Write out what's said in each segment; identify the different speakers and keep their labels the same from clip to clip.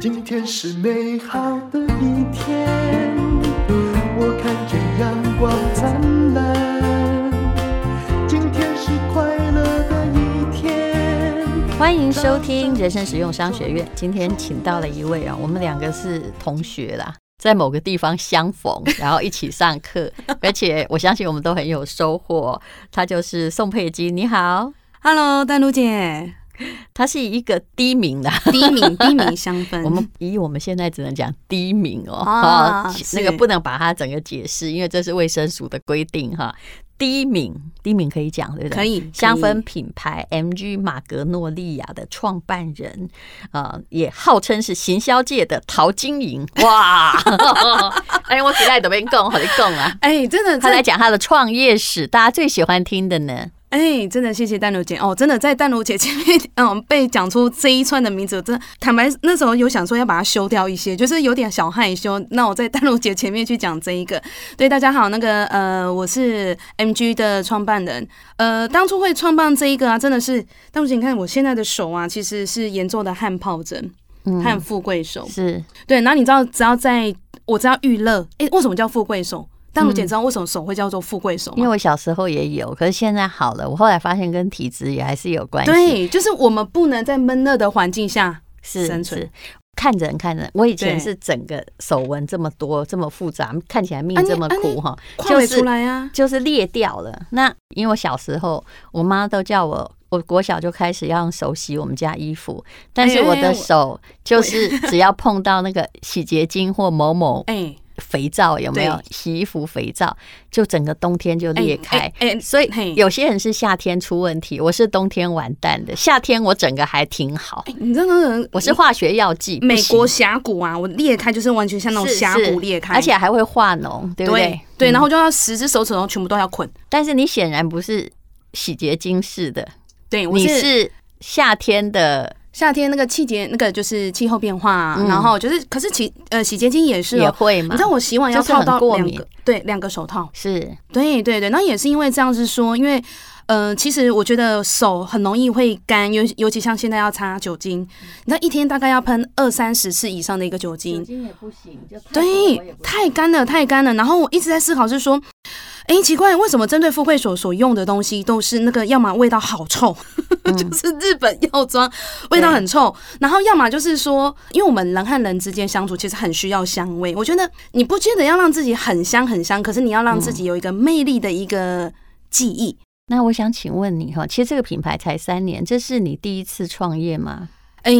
Speaker 1: 今天是美好的一天，我看见阳光灿烂。今天是快乐的一天。
Speaker 2: 欢迎收听人生实用商学院。今天请到了一位啊，我们两个是同学啦，在某个地方相逢，然后一起上课，而且我相信我们都很有收获。他就是宋佩基，你好，
Speaker 3: Hello，丹如姐，
Speaker 2: 他是一个低名 的，
Speaker 3: 低迷低迷香氛，
Speaker 2: 我们以我们现在只能讲低名哦，
Speaker 3: 啊
Speaker 2: 好
Speaker 3: 是
Speaker 2: 那个不能把它整个解释，因为这是卫生署的规定哈。低名，低名可以讲对不对？
Speaker 3: 可以
Speaker 2: 香
Speaker 3: 可以
Speaker 2: 氛品牌 MG 马格诺利亚的创办人，呃，也号称是行销界的陶晶莹。 哇！哎，我只在这边供，和你供啊。
Speaker 3: 哎、真 的，
Speaker 2: 他
Speaker 3: 真
Speaker 2: 来
Speaker 3: 的
Speaker 2: 讲他的创业史，大家最喜欢听的呢。
Speaker 3: 哎、真的谢谢丹如姐哦，真的在丹如姐前面， 嗯，被讲出这一串的名字，我真的坦白那时候有想说要把它修掉一些，就是有点小害羞。那我在丹如姐前面去讲这一个，对大家好，那个呃，我是 MG 的创办人，呃，当初会创办这一个啊，真的是丹如姐，你看我现在的手啊，其实是严重的汗疱疹和
Speaker 2: 嗯，
Speaker 3: 富贵手，
Speaker 2: 是
Speaker 3: 对，然后你知道，只要在我只要预热，哎、为什么叫富贵手？但我姐知道为什么手会叫做富贵手
Speaker 2: 嗯因
Speaker 3: 吗？
Speaker 2: 为我小时候也有，可是现在好了。我后来发现跟体质也还是有关系。
Speaker 3: 对，就是我们不能在闷热的环境下，
Speaker 2: 是
Speaker 3: 生存
Speaker 2: 是看人看人，我以前
Speaker 3: 对
Speaker 2: 是整个手纹这么多，这么复杂，看起来命
Speaker 3: 啊你
Speaker 2: 这么
Speaker 3: 啊
Speaker 2: 苦
Speaker 3: 你
Speaker 2: 哈、
Speaker 3: 跨
Speaker 2: 就
Speaker 3: 不出
Speaker 2: 是
Speaker 3: 来啊。
Speaker 2: 就是裂掉了。那因为我小时候，我妈都叫我，我国小就开始要用手洗我们家衣服，但是
Speaker 3: 哎哎
Speaker 2: 我
Speaker 3: 哎
Speaker 2: 的
Speaker 3: 我
Speaker 2: 手就是只要碰到那个洗洁精或某某
Speaker 3: 哎、
Speaker 2: 肥皂，有没有
Speaker 3: 对
Speaker 2: 洗衣服肥皂，就整个冬天就
Speaker 3: 哎
Speaker 2: 裂开。
Speaker 3: 哎哎
Speaker 2: 所以
Speaker 3: 嘿
Speaker 2: 有些人是夏天出问题，我是冬天完蛋的。夏天我整个还挺好，
Speaker 3: 哎你知道那个人
Speaker 2: 我是化学药剂，不
Speaker 3: 美
Speaker 2: 行
Speaker 3: 国峡谷啊，我裂开就是完全像那种
Speaker 2: 是
Speaker 3: 峡
Speaker 2: 是
Speaker 3: 谷裂开，
Speaker 2: 而且还会化脓，对嗯
Speaker 3: 对
Speaker 2: 不对？
Speaker 3: 对然后就要十只手指头全部都要捆。
Speaker 2: 但是你显然不是洗洁精式的，
Speaker 3: 对，我
Speaker 2: 你
Speaker 3: 是
Speaker 2: 是夏天的
Speaker 3: 夏天那个季节，那个就是气候变化啊、
Speaker 2: 嗯
Speaker 3: 然后就是，可是洗呃洗洁精也是、
Speaker 2: 也
Speaker 3: 哦，
Speaker 2: 会
Speaker 3: 你
Speaker 2: 嘛
Speaker 3: 知？道我洗碗要
Speaker 2: 就是很
Speaker 3: 套到
Speaker 2: 过
Speaker 3: 两
Speaker 2: 敏
Speaker 3: 个，对，两个手套。
Speaker 2: 是
Speaker 3: 对对对，那也是因为这样子说，因为呃，其实我觉得手很容易会干，尤尤其像现在要擦酒精，
Speaker 2: 嗯
Speaker 3: 你知道一天大概要喷二三十次以上的一个酒精，
Speaker 2: 精也不行，就
Speaker 3: 对，太干了，太干了。然后我一直在思考是说，哎，奇怪，为什么针对富贵手所用的东西都是那个，要么味道好臭，
Speaker 2: 嗯
Speaker 3: 就是日本药妆味道很臭，然后要么就是说，因为我们人和人之间相处其实很需要香味。我觉得你不觉得要让自己很香很香，可是你要让自己有一个魅力的一个记忆。
Speaker 2: 那我想请问你哈，其实这个品牌才三年，这是你第一次创业吗？
Speaker 3: 哎、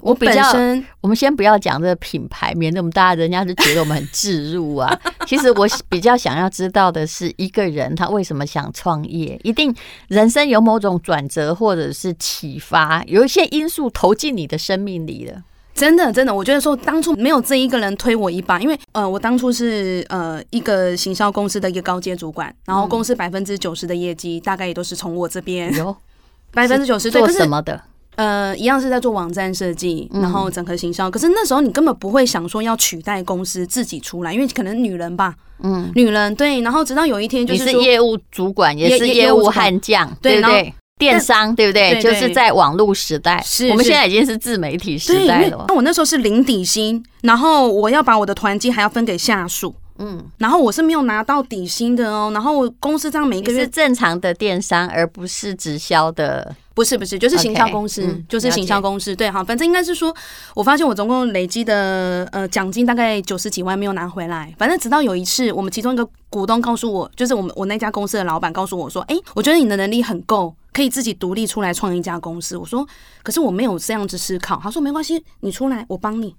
Speaker 3: 我
Speaker 2: 比
Speaker 3: 本
Speaker 2: 较
Speaker 3: 身
Speaker 2: 我们先不要讲这个品牌，免得我们大家人家就觉得我们很置入 啊。其实我比较想要知道的是，一个人他为什么想创业，一定人生有某种转折或者是启发，有一些因素投进你的生命里了。
Speaker 3: 真的，真的，我觉得说当初没有这一个人推我一把，因为呃，我当初是呃一个行销公司的一个高阶主管，然后公
Speaker 2: 嗯
Speaker 3: 司百分之九十的业绩大概也都是从我这边
Speaker 2: 有
Speaker 3: 百分之九十对，
Speaker 2: 做
Speaker 3: 可是
Speaker 2: 什么的？
Speaker 3: 呃一样是在做网站设计，
Speaker 2: 嗯
Speaker 3: 然后整合行销，可是那时候你根本不会想说要取代公司自己出来，因为可能女人吧，
Speaker 2: 嗯，
Speaker 3: 女人对，然后直到有一天就
Speaker 2: 你是
Speaker 3: 说
Speaker 2: 业务主管，也
Speaker 3: 也
Speaker 2: 是
Speaker 3: 也
Speaker 2: 业
Speaker 3: 业务
Speaker 2: 务
Speaker 3: 主管
Speaker 2: 悍将，
Speaker 3: 对
Speaker 2: 对不
Speaker 3: 然后
Speaker 2: 对？电商对不对？
Speaker 3: 对
Speaker 2: 就
Speaker 3: 对
Speaker 2: 是在网络时代，
Speaker 3: 是
Speaker 2: 我们
Speaker 3: 是
Speaker 2: 现在已经是自媒体
Speaker 3: 对，
Speaker 2: 时
Speaker 3: 因
Speaker 2: 代
Speaker 3: 为
Speaker 2: 了。
Speaker 3: 那我那时候是零底薪，然后我要把我的团绩还要分给下属，
Speaker 2: 嗯，
Speaker 3: 然后我是没有拿到底薪的哦，然后公司这样每一
Speaker 2: 你
Speaker 3: 个月
Speaker 2: 是正常的电商，而不是直销的
Speaker 3: 不是不是，就是行
Speaker 2: OK，
Speaker 3: 销公司
Speaker 2: 嗯
Speaker 3: 就是行销公司。对，好，反正应该是说，我发现我总共累积的呃奖金大概九十几万没有拿回来。反正直到有一次，我们其中一个股东告诉我，就是我们我那家公司的老板告诉我说，哎、我觉得你的能力很够，可以自己独立出来创一家公司。我说，可是我没有这样子思考。他说没关系，你出来我帮你，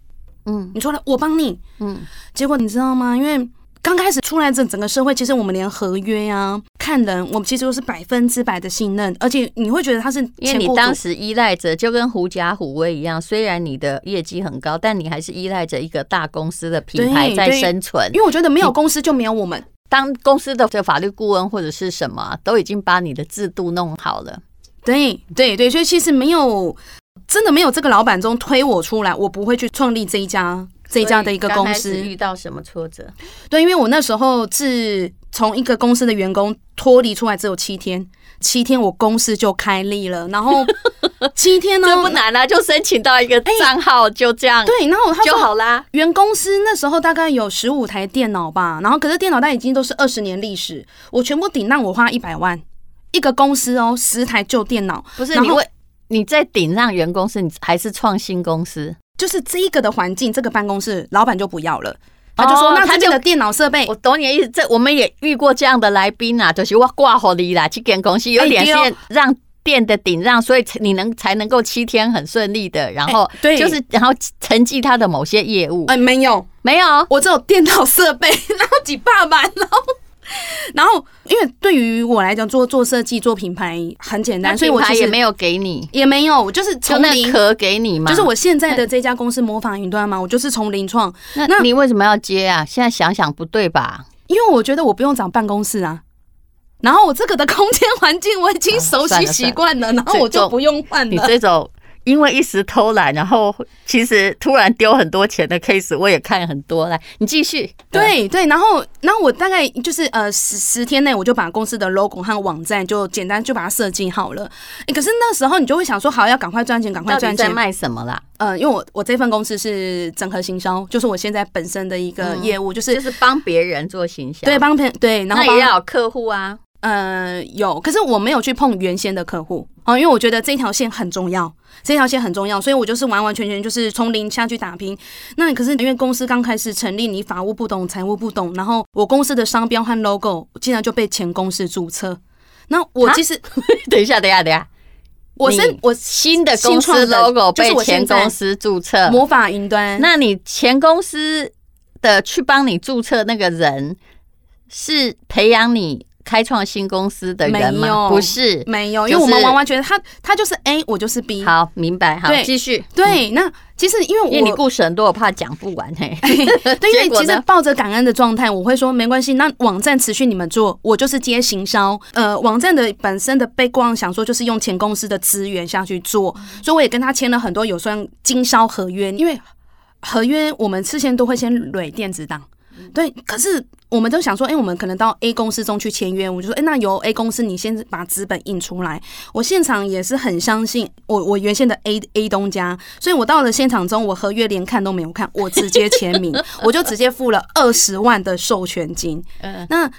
Speaker 2: 嗯
Speaker 3: 你出来我帮你。
Speaker 2: 嗯，
Speaker 3: 结果你知道吗？因为刚开始出来这整个社会，其实我们连合约啊、看人，我们其实都是百分之百的信任，而且你会觉得他是
Speaker 2: 因为
Speaker 3: 前
Speaker 2: 你
Speaker 3: 雇主
Speaker 2: 当时依赖着，就跟狐假虎威一样，虽然你的业绩很高，但你还是依赖着一个大公司的品牌
Speaker 3: 对
Speaker 2: 在
Speaker 3: 对
Speaker 2: 生存
Speaker 3: 因。为我觉得没有公司就没有我们。
Speaker 2: 当公司的这法律顾问或者是什么，都已经把你的制度弄好了，
Speaker 3: 对对对，所以其实没有真的没有这个老板中推我出来，我不会去创立这一家这一家的一个
Speaker 2: 所以刚
Speaker 3: 公
Speaker 2: 开始
Speaker 3: 司。
Speaker 2: 遇到什么挫折？
Speaker 3: 对，因为我那时候是从一个公司的员工脱离出来只有七天，七天我公司就开立了，然后七天呢
Speaker 2: 这不难啊，就申请到一个账号，就这样
Speaker 3: 对，然后他
Speaker 2: 就
Speaker 3: 说
Speaker 2: 好啦。
Speaker 3: 原公司那时候大概有十五台电脑吧，然后可是电脑它已经都是二十年历史，我全部顶让我花一百万，一个公司哦，十台旧电脑，
Speaker 2: 不是
Speaker 3: 然
Speaker 2: 你
Speaker 3: 后
Speaker 2: 会你在顶让原公司，你还是创新公司？
Speaker 3: 就是这一个的环境，这个办公室老板就不要了，他就说、
Speaker 2: 哦
Speaker 3: 那
Speaker 2: 他
Speaker 3: 这
Speaker 2: 就
Speaker 3: 边的电脑设备
Speaker 2: 我懂你的意思，这我们也遇过这样的来宾啊，就是我挂好你啦，去跟公司有
Speaker 3: 哎
Speaker 2: 点是
Speaker 3: 对哦
Speaker 2: 让店的顶让，所以才你能才能够七天很顺利的，然后
Speaker 3: 哎对
Speaker 2: 就是然后承继他的某些业务，
Speaker 3: 哎、没有，
Speaker 2: 没有
Speaker 3: 我只有电脑设备，然后几爸爸，然后。 然后，因为对于我来讲，做做设计、做品牌很简单，所以我
Speaker 2: 品牌
Speaker 3: 其实
Speaker 2: 也没有给你，
Speaker 3: 也没有，我就是
Speaker 2: 就
Speaker 3: 从
Speaker 2: 那
Speaker 3: 零，
Speaker 2: 壳给你嘛，
Speaker 3: 就是我现在的这家公司魔法云端嘛，我就是从零创，
Speaker 2: 那
Speaker 3: 那
Speaker 2: 你为什么要接啊？现在想想不对吧？
Speaker 3: 因为我觉得我不用找办公室啊，然后我这个的空间环境我已经熟悉习惯
Speaker 2: 啊
Speaker 3: 了，然后我就不用换
Speaker 2: 你
Speaker 3: 了。
Speaker 2: 这种因为一时偷懒，然后其实突然丢很多钱的 case，我也看很多。来，你继续。，啊
Speaker 3: 对对，然后然后我大概就是呃十十天内我就把公司的 logo 和网站就简单就把它设计好了。诶可是那时候你就会想说，好要赶快赚钱，赶快
Speaker 2: 到底
Speaker 3: 赚
Speaker 2: 在
Speaker 3: 钱。
Speaker 2: 卖什么啦？
Speaker 3: 呃，因为我我这份公司是整合行销，就是我现在本身的一个业务，就是
Speaker 2: 嗯就是帮别人做行销，
Speaker 3: 对，帮朋友对，然后
Speaker 2: 那
Speaker 3: 帮
Speaker 2: 也要有客户啊。
Speaker 3: 呃，有，可是我没有去碰原先的客户哦，因为我觉得这条线很重要，这条线很重要，所以我就是完完全全就是从零下去打拼。那可是因为公司刚开始成立，你法务不懂，财务不懂，然后我公司的商标和 logo 竟然就被前公司注册。那我其实
Speaker 2: 等一下，等一下，等一下，
Speaker 3: 我是
Speaker 2: 你
Speaker 3: 我
Speaker 2: 新的
Speaker 3: 新
Speaker 2: 公
Speaker 3: 创
Speaker 2: 司
Speaker 3: 的
Speaker 2: logo
Speaker 3: 就是
Speaker 2: 被
Speaker 3: 我
Speaker 2: 前
Speaker 3: 现在
Speaker 2: 公司注册，
Speaker 3: 魔法云端，
Speaker 2: 那你前公司的去帮你注册那个人是培养你开创新公司的人
Speaker 3: 没
Speaker 2: 吗？
Speaker 3: 有
Speaker 2: 不是。
Speaker 3: 没有，因为
Speaker 2: 就
Speaker 3: 我们
Speaker 2: 是
Speaker 3: 完完全他他就是 A，我就是 B。
Speaker 2: 好，明白。好，
Speaker 3: 对
Speaker 2: 继续。
Speaker 3: 对，那其实因为我
Speaker 2: 因为你顾神多，我怕讲不完嘿。
Speaker 3: 对，因
Speaker 2: 结
Speaker 3: 为
Speaker 2: 果
Speaker 3: 其实
Speaker 2: 呢
Speaker 3: 抱着感恩的状态，我会说没关系，那网站持续你们做，我就是接行销。呃，网站的本身的背光想说就是用前公司的资源下去做，所以我也跟他签了很多有算经销合约，因为合约我们事先都会先蕊电子档，对，可是。我们都想说，哎、我们可能到 A 公司中去签约，我就说，哎、那由 A 公司你先把资本印出来。我现场也是很相信我我原先的 A A 东家，所以我到了现场中，我合约连看都没有看，我直接 签名，我就直接付了二十万的授权金。
Speaker 2: 嗯
Speaker 3: 那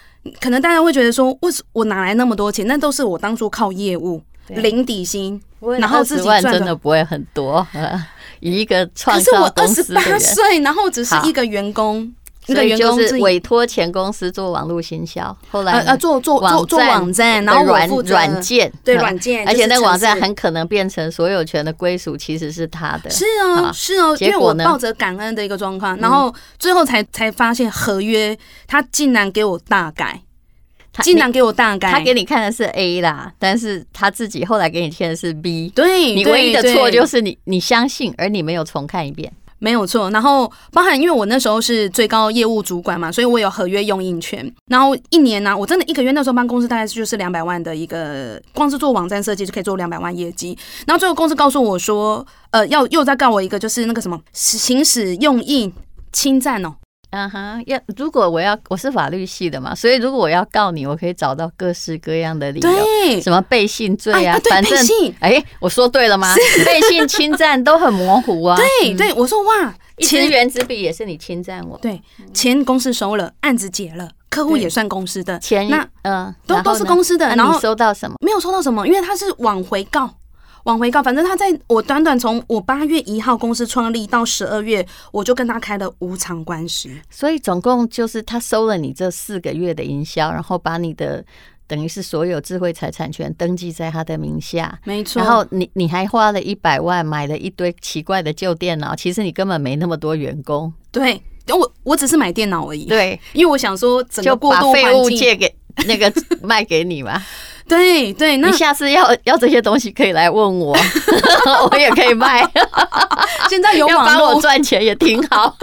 Speaker 3: 可能大家会觉得说，为什我哪来那么多钱？那都是我当初靠业务
Speaker 2: 对
Speaker 3: 零底薪，然
Speaker 2: 然
Speaker 3: 后
Speaker 2: 后
Speaker 3: 自
Speaker 2: 十
Speaker 3: 己
Speaker 2: 万
Speaker 3: 赚
Speaker 2: 真的。不会很多，呃以一个创
Speaker 3: 可是我
Speaker 2: 造
Speaker 3: 二
Speaker 2: 公
Speaker 3: 十
Speaker 2: 司
Speaker 3: 八
Speaker 2: 的人，
Speaker 3: 岁，然后只是
Speaker 2: 好
Speaker 3: 一个员工，一
Speaker 2: 所
Speaker 3: 个
Speaker 2: 以
Speaker 3: 员
Speaker 2: 就
Speaker 3: 工自
Speaker 2: 是
Speaker 3: 己
Speaker 2: 委托前公司做网络行销，后来
Speaker 3: 呃
Speaker 2: 呢
Speaker 3: 呃做做做做网站，
Speaker 2: 的
Speaker 3: 然后我
Speaker 2: 软
Speaker 3: 负责
Speaker 2: 软件
Speaker 3: 对
Speaker 2: 嗯
Speaker 3: 软件，
Speaker 2: 而且那个网站
Speaker 3: 很。
Speaker 2: 很可能变成所有权的归属，其实是他的。
Speaker 3: 是
Speaker 2: 好
Speaker 3: 啊，是啊，
Speaker 2: 结
Speaker 3: 因为
Speaker 2: 果
Speaker 3: 我
Speaker 2: 呢嗯
Speaker 3: 抱着感恩的一个状况，然后最后才才发现合约他竟然给我大改，
Speaker 2: 他
Speaker 3: 竟然给我大改，
Speaker 2: 他给你看的是 A 啦，但是他自己后来给你签的是 B。
Speaker 3: 对，
Speaker 2: 你唯一的
Speaker 3: 嗯对
Speaker 2: 错
Speaker 3: 对
Speaker 2: 就是你你相信，而你没有重看一遍。
Speaker 3: 没有错。然后包含因为我那时候是最高业务主管嘛，所以我有合约用印权。然后一年啊呢、我真的一个月那时候帮公司大概就是两百万的一个，光是做网站设计就可以做两百万业绩。然后最后公司告诉我说，呃，要又再告我一个就是那个什么行使用印侵占哦。
Speaker 2: 嗯哼，要如果我要我是法律系的嘛，所以如果我要告你，我可以找到各式各样的理由，
Speaker 3: 对，
Speaker 2: 什么背信罪啊，
Speaker 3: 啊啊对
Speaker 2: 反正
Speaker 3: 背信
Speaker 2: 哎，我说对了吗？背信侵占都很模糊啊。
Speaker 3: 对对，我说哇，
Speaker 2: 一支原子笔也是你侵占我，
Speaker 3: 对，钱公司收了，案子结了，客户
Speaker 2: 对
Speaker 3: 也算公司的，
Speaker 2: 钱
Speaker 3: 那
Speaker 2: 嗯
Speaker 3: 都都是公
Speaker 2: 司
Speaker 3: 司的，
Speaker 2: 那
Speaker 3: 然后
Speaker 2: 你收到什么？
Speaker 3: 没有收到什么，因为他是往回告，往回告，反正他在我短短从我八月一号公司创立到十二月，我就跟他开了无偿官司。
Speaker 2: 所以总共就是他收了你这四个月的营销，然后把你的等于是所有智慧财产权登记在他的名下。
Speaker 3: 没错，
Speaker 2: 然后你你还花了一百万买了一堆奇怪的旧电脑，其实你根本没那么多员工，
Speaker 3: 对，我我只是买电脑而 已，
Speaker 2: 对，
Speaker 3: 因为我想说整
Speaker 2: 就
Speaker 3: 个过
Speaker 2: 把
Speaker 3: 渡
Speaker 2: 废
Speaker 3: 环
Speaker 2: 物
Speaker 3: 境，
Speaker 2: 借 给那个卖给你 嘛。
Speaker 3: 对对，那
Speaker 2: 你下次要要这些东西可以来问我， 我也可以卖，
Speaker 3: 现在有
Speaker 2: 要
Speaker 3: 网
Speaker 2: 帮我
Speaker 3: 络，
Speaker 2: 赚钱也挺好。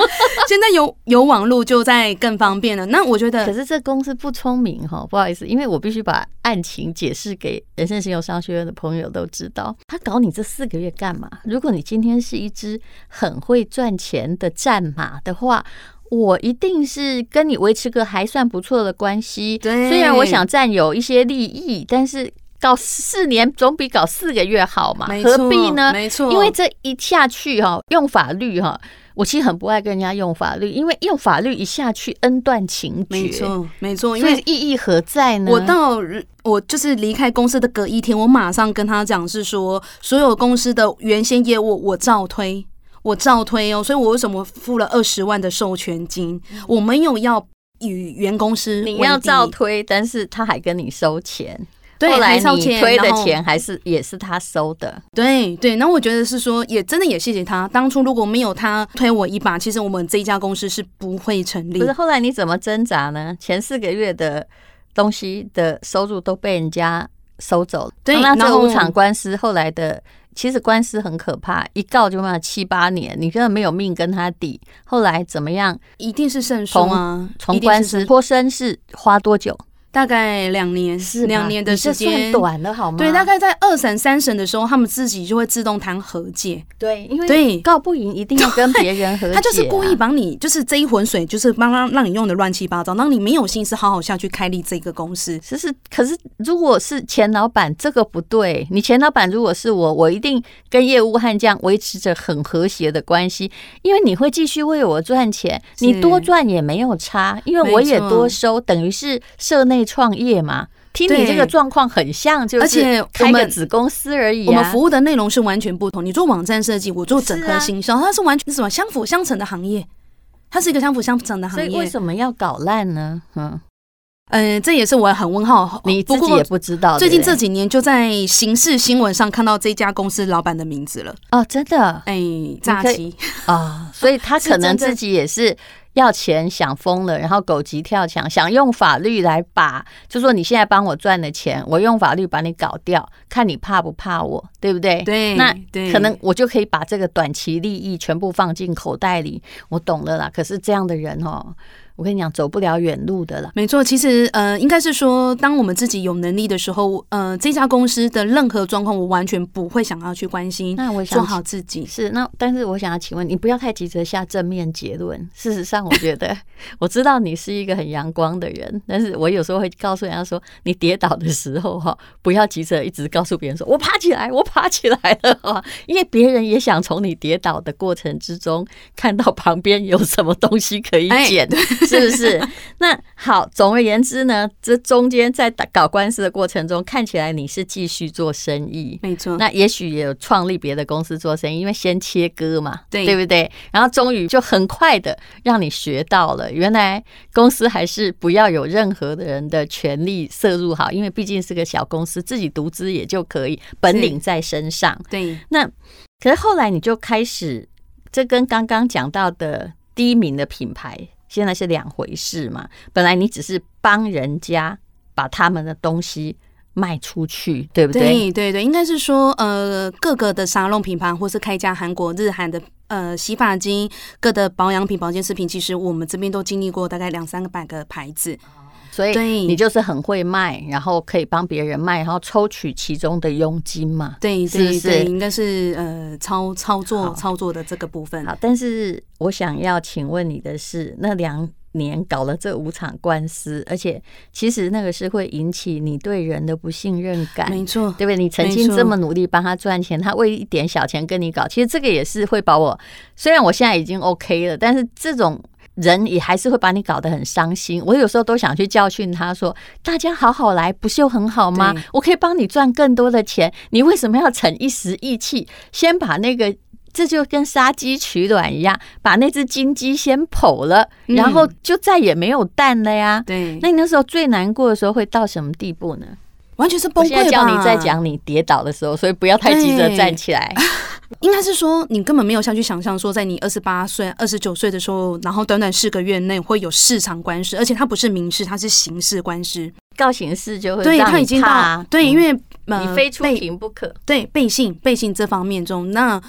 Speaker 3: 现在有有网络就在更方便了。那我觉得
Speaker 2: 可是这公司不聪明哈，不好意思，因为我必须把案情解释给人生行有商学院的朋友都知道。他搞你这四个月干嘛？如果你今天是一只很会赚钱的战马的话。我一定是跟你维持个还算不错的关系，
Speaker 3: 对
Speaker 2: 虽然我想占有一些利益，但是搞四年总比搞四个月好嘛，
Speaker 3: 没错
Speaker 2: 何必呢？
Speaker 3: 没错
Speaker 2: 因为这一下去哈、用法律哈、我其实很不爱跟人家用法律，因为用法律一下去恩断情
Speaker 3: 没
Speaker 2: 绝，
Speaker 3: 错，没错，因
Speaker 2: 所
Speaker 3: 为
Speaker 2: 以意义何在呢？
Speaker 3: 我到我就是离开公司的隔一天，我马上跟他讲是说，所有公司的原先业务我照推，我照推哦。所以我为什么付了二十万的授权金？我没有要与原公司
Speaker 2: 你
Speaker 3: 为
Speaker 2: 要
Speaker 3: 敌
Speaker 2: 照推，但是他还跟你收钱。
Speaker 3: 对
Speaker 2: 后来
Speaker 3: 还收
Speaker 2: 你
Speaker 3: 钱
Speaker 2: 推的
Speaker 3: 然后
Speaker 2: 钱还是也是他收的，
Speaker 3: 对对，那我觉得是说，也真的也谢谢他。当初如果没有他推我一把，其实我们这一家公司是不会成立
Speaker 2: 不。是？后来你怎么挣扎呢？前四个月的东西的收入都被人家收走了，啊
Speaker 3: 对
Speaker 2: 那
Speaker 3: 然
Speaker 2: 这
Speaker 3: 后
Speaker 2: 五场官司后来的。其实官司很可怕，一告就骂七八年，你根本没有命跟他抵。后来怎么样？
Speaker 3: 一定是胜诉啊！
Speaker 2: 从
Speaker 3: 一定是
Speaker 2: 官
Speaker 3: 胜
Speaker 2: 司脱身是花多久？
Speaker 3: 大概两年，
Speaker 2: 是吧
Speaker 3: 两年的
Speaker 2: 你这
Speaker 3: 时
Speaker 2: 算
Speaker 3: 间，
Speaker 2: 短了好吗？
Speaker 3: 对，大概在二审、三审的时候，他们自己就会自动谈和解。
Speaker 2: 对，因为
Speaker 3: 对
Speaker 2: 告不赢一定要跟别人和解啊、
Speaker 3: 他就是故意把你，就是这一浑水，就是帮让让你用的乱七八糟，让你没有心思好好下去开立这个公司。
Speaker 2: 只是，可是如果是前老板，这个不对。你前老板如果是我，我一定跟业务悍将维持着很和谐的关系，因为你会继续为我赚钱，
Speaker 3: 是
Speaker 2: 你多赚也没有差，因为我也多收，等于是社内创业嘛。听你
Speaker 3: 对
Speaker 2: 这个状况很像，就
Speaker 3: 而且
Speaker 2: 是
Speaker 3: 我
Speaker 2: 开个
Speaker 3: 们
Speaker 2: 子公司而已
Speaker 3: 我们
Speaker 2: 啊
Speaker 3: 服。务的内容是完全不同，你做网站设计，我做整合行销，它是完全是什么相辅相成的行业，它是一个相辅相成的
Speaker 2: 所
Speaker 3: 行
Speaker 2: 以为
Speaker 3: 业。
Speaker 2: 什么要搞烂呢？嗯，
Speaker 3: 嗯、这也是我很问号。
Speaker 2: 你自
Speaker 3: 不
Speaker 2: 己
Speaker 3: 过
Speaker 2: 也不知道。
Speaker 3: 最近
Speaker 2: 对
Speaker 3: 这
Speaker 2: 不对
Speaker 3: 几年就在刑事新闻上看到这家公司老板的名字了，
Speaker 2: 哦，真的
Speaker 3: 哎、诈
Speaker 2: 可以
Speaker 3: 欺。
Speaker 2: 啊、所以他
Speaker 3: 是
Speaker 2: 可能
Speaker 3: 真的
Speaker 2: 自己也是要钱想疯了，然后狗急跳墙，想用法律来把，就说你现在帮我赚的钱，我用法律把你搞掉，看你怕不怕我，对不对？
Speaker 3: 对
Speaker 2: 那
Speaker 3: 对
Speaker 2: 可能我就可以把这个短期利益全部放进口袋里。我懂了啦，可是这样的人哦，我跟你讲，走不了远路的啦。
Speaker 3: 没错，其实呃，应该是说，当我们自己有能力的时候，呃，这家公司的任何状况，我完全不会想要去关心，
Speaker 2: 那我想
Speaker 3: 做好自己。
Speaker 2: 是，那但是我想要请问你，不要太急着下正面结论。事实上，我觉得我知道你是一个很阳光的人，但是我有时候会告诉人家说，你跌倒的时候哈，不要急着一直告诉别人说我爬起来，我爬起来了哈，因为别人也想从你跌倒的过程之中看到旁边有什么东西可以
Speaker 3: 哎
Speaker 2: 捡，是不是？那好，总而言之呢，这中间在打搞官司的过程中，看起来你是继续做生意，
Speaker 3: 没错，
Speaker 2: 那也许也有创立别的公司做生意，因为先切割嘛，
Speaker 3: 对
Speaker 2: 不对？然后终于就很快的让你学到了，原来公司还是不要有任何的人的权利摄入好，因为毕竟是个小公司，自己独资也就可以，本领在身上。
Speaker 3: 对，
Speaker 2: 那可是后来你就开始，这跟刚刚讲到的第一名的品牌现在是两回事嘛。本来你只是帮人家把他们的东西卖出去，对不
Speaker 3: 对对对，应该是说，呃，各个的沙龙品牌或是开家韩国、日韩的呃洗发精、各的保养品、保健食品，其实我们这边都经历过大概两三个百个牌子。
Speaker 2: 所以
Speaker 3: 对
Speaker 2: 你就是很会卖，然后可以帮别人卖，然后抽取其中的佣金嘛。
Speaker 3: 对
Speaker 2: 是不
Speaker 3: 对
Speaker 2: 是
Speaker 3: 对，应该是呃操操
Speaker 2: 好
Speaker 3: 作操作的这个部分。
Speaker 2: 好，但是我想要请问你的是，那两年搞了这五场官司，而且其实那个是会引起你对人的不信任感，
Speaker 3: 没错，
Speaker 2: 对不对？你曾
Speaker 3: 没
Speaker 2: 经
Speaker 3: 错
Speaker 2: 这么努力帮他赚钱，他为一点小钱跟你搞，其实这个也是会把我，虽然我现在已经 OK 了，但是这种。人也还是会把你搞得很伤心。我有时候都想去教训他说：“大家好好来，不就很好吗
Speaker 3: 对？
Speaker 2: 我可以帮你赚更多的钱，你为什么要逞一时意气？先把那个，这就跟杀鸡取卵一样，把那只金鸡先剖了，
Speaker 3: 嗯
Speaker 2: 然后就再也没有蛋了呀。
Speaker 3: 对，
Speaker 2: 那你那时候最难过的时候会到什么地步呢？
Speaker 3: 完全是
Speaker 2: 我
Speaker 3: 崩
Speaker 2: 现在
Speaker 3: 溃
Speaker 2: 叫你
Speaker 3: 吧
Speaker 2: 在讲你跌倒的时候，所以不要太急着站起来。
Speaker 3: 应该是说，你根本没有下去想象，说在你二十八岁、二十九岁的时候，然后短短四个月内会有市场官司，而且它不是民事，它是刑事官司。
Speaker 2: 告刑事就会
Speaker 3: 对，
Speaker 2: 让
Speaker 3: 它已
Speaker 2: 你
Speaker 3: 经到、
Speaker 2: 怕啊，
Speaker 3: 对，因为、呃、
Speaker 2: 你非出
Speaker 3: 被
Speaker 2: 庭不可。
Speaker 3: 对背信背信这方面中，那